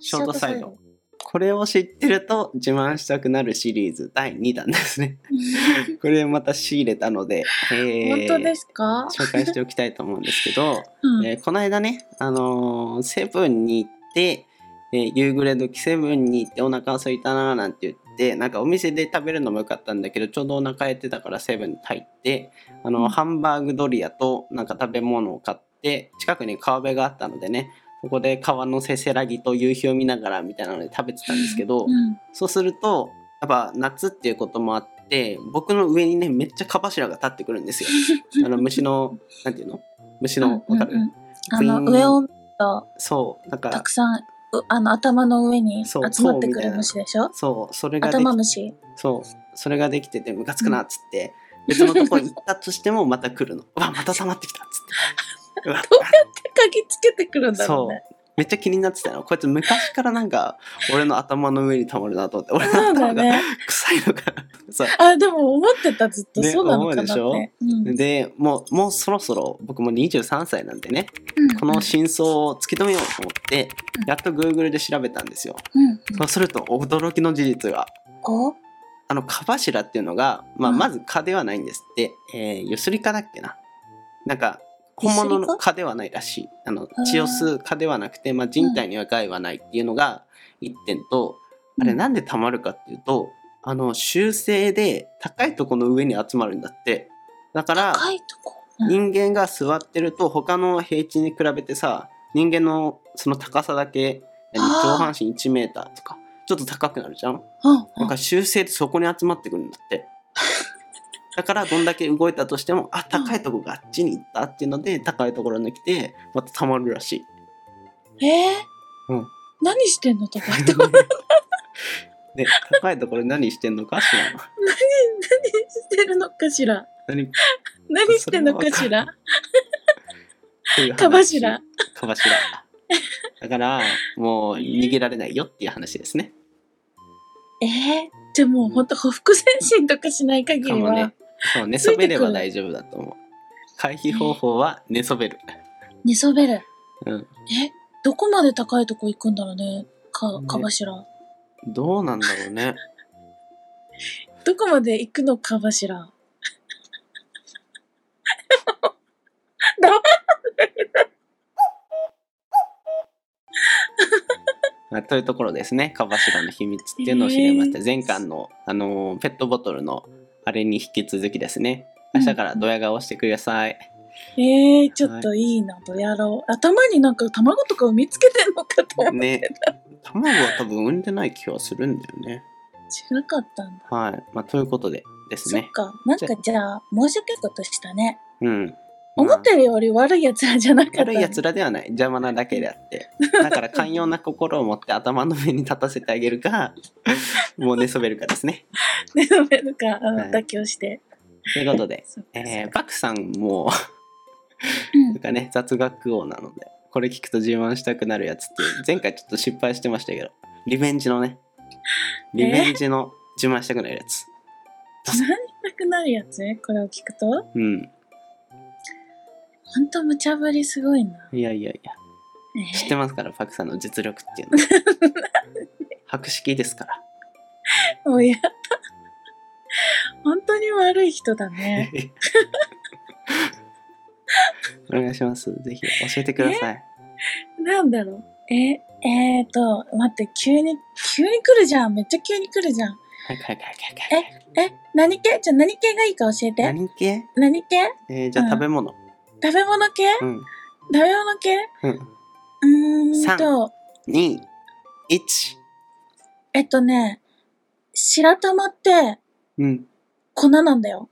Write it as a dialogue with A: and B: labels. A: ショートサイド。これを知ってると自慢したくなるシリーズ第2弾です ね。これまた仕入れたので、え
B: 本当ですか
A: 紹介しておきたいと思うんですけど、
B: うん
A: えーこの間ね、あのーセブンに行って、えー夕暮れ時セブンに行ってお腹空いたなーなんて言って、なんかお店で食べるのもよかったんだけど、ちょうどお腹減ってたからセブンに入って、あの
B: うん
A: ハンバーグドリアとなんか食べ物を買って、近くに川辺があったのでね、そこで川のせせらぎと夕日を見ながらみたいなので食べてたんですけど、
B: うん
A: そうするとやっぱ夏っていうこともあって僕の上にねめっちゃ蚊柱が立ってくるんですよあの虫のなんていうの虫のわかる、
B: うんうん
A: クイーン
B: あの上を見ると
A: そうなん
B: た
A: か
B: くさんうあの頭の上に集
A: そう
B: まってくる虫でしょ
A: そうそれができ
B: 頭虫
A: そうそれができててムカつくなっつって、別のとこ行ったとしてもまた来るの うわまた溜まってきたっつ ってうわ
B: 嗅ぎつけてくるんだろうね
A: めっちゃ気になってたのこいつ昔からなんか俺の頭の上に溜まるなと思って俺の
B: そうだ
A: 頭が
B: ね
A: 臭いのかなそう
B: あでも思ってたずっと
A: ね
B: そうなのかなっ
A: 思う
B: て
A: で
B: うん
A: でもうもうそろそろ僕も23歳なんでね
B: うん
A: この真相を突き止めようと思って
B: うん
A: やっと Google で調べたんですよ。
B: うんうん
A: そうすると驚きの事実が
B: お
A: あの蚊柱っていうのが、まあ、
B: うん
A: まず蚊ではないんですって、えー、ユスリカだっけななんか本
B: ユ
A: 物
B: スリ
A: の蚊ではないらしいあの血を吸う蚊ではなくて、まあ、人体には害はないっていうのが1点と、あれなんでたまるかっていうとあの習性で高いとこの上に集まるんだってだから
B: 高いとこうん
A: 人間が座ってると他の平地に比べてさ人間のその高さだけ何
B: あー
A: 上半身1メーターとかちょっと高くなるじゃ
B: う
A: ん
B: ん
A: なんか修正ってそこに集まってくるんだってだからどんだけ動いたとしてもあ高いとこがあっちに行ったっていうので高いところに来てまた溜まるらしい
B: えー
A: うん
B: 何してんの高 いとこ
A: で高いところ何してんのかしらな
B: 何してるのかしら
A: 何っ
B: 何してんのかしら
A: ていう話
B: かばしら
A: かばしらだからもう逃げられないよっていう話ですね
B: えーじゃあもうほんとほふく前進とかしない限
A: か
B: り
A: も
B: は
A: ね。そう、寝そべれば大丈夫だと思う。回避方法は寝そべる。
B: 寝そべる。
A: うん。
B: え、どこまで高いとこ行くんだろうね。か、
A: ね
B: かばしら。
A: どうなんだろうね。
B: どこまで行くのかばしら。
A: まあというところですね。かばしらの秘密っていうのを知りました。前回の、あのーペットボトルのあれに引き続きですね。明日からドヤ顔してください。
B: えー、ちょっといいな、どやろう。頭になんか卵とかを見つけてんのかと思う。
A: ね。卵は多分産んでない気はするんだよね。
B: 違かったんだ。
A: はい。まあ、ということでです
B: そっ
A: ね。
B: か。なんかじゃあ、申し訳ないことしたね。
A: うん。
B: 思ってるより悪い奴らじゃなかった。
A: 悪いやつらではない邪魔なだけであって だから寛容な心を持って頭の上に立たせてあげ るかもう寝そべるかですね。
B: 寝そべるか、あの
A: はい
B: 妥協して。
A: ということで、
B: そっか
A: えーバクさんも
B: うん
A: なんかね雑学王なのでこれ聞くと自慢したくなるやつっていう前回ちょっと失敗してましたけどリベンジのねリベンジの自慢したくなるやつ、
B: 自慢したくなるやつこれを聞くとほ
A: うん
B: んと無茶ぶりすごいな。
A: いやいやいや
B: えー
A: 知ってますからバクさんの実力って いうのは博識ですから
B: もうやだ。本当に悪い人だね。
A: お願いしますぜひ教えてください
B: なんだろう。え、えーと、待って、急に、急に来るじゃん。めっちゃ急に来るじゃん。
A: はいはいはいはいはい
B: え、何系じゃあ何系がいいか教えて。何
A: 何系
B: 系
A: えー、じゃ
B: う
A: あ
B: ん
A: 食べ物
B: 食べ物系
A: うん、
B: 食べ物系
A: うん、
B: うーんと、
A: 21
B: えっとね、白玉って
A: うん
B: 粉なんだよ。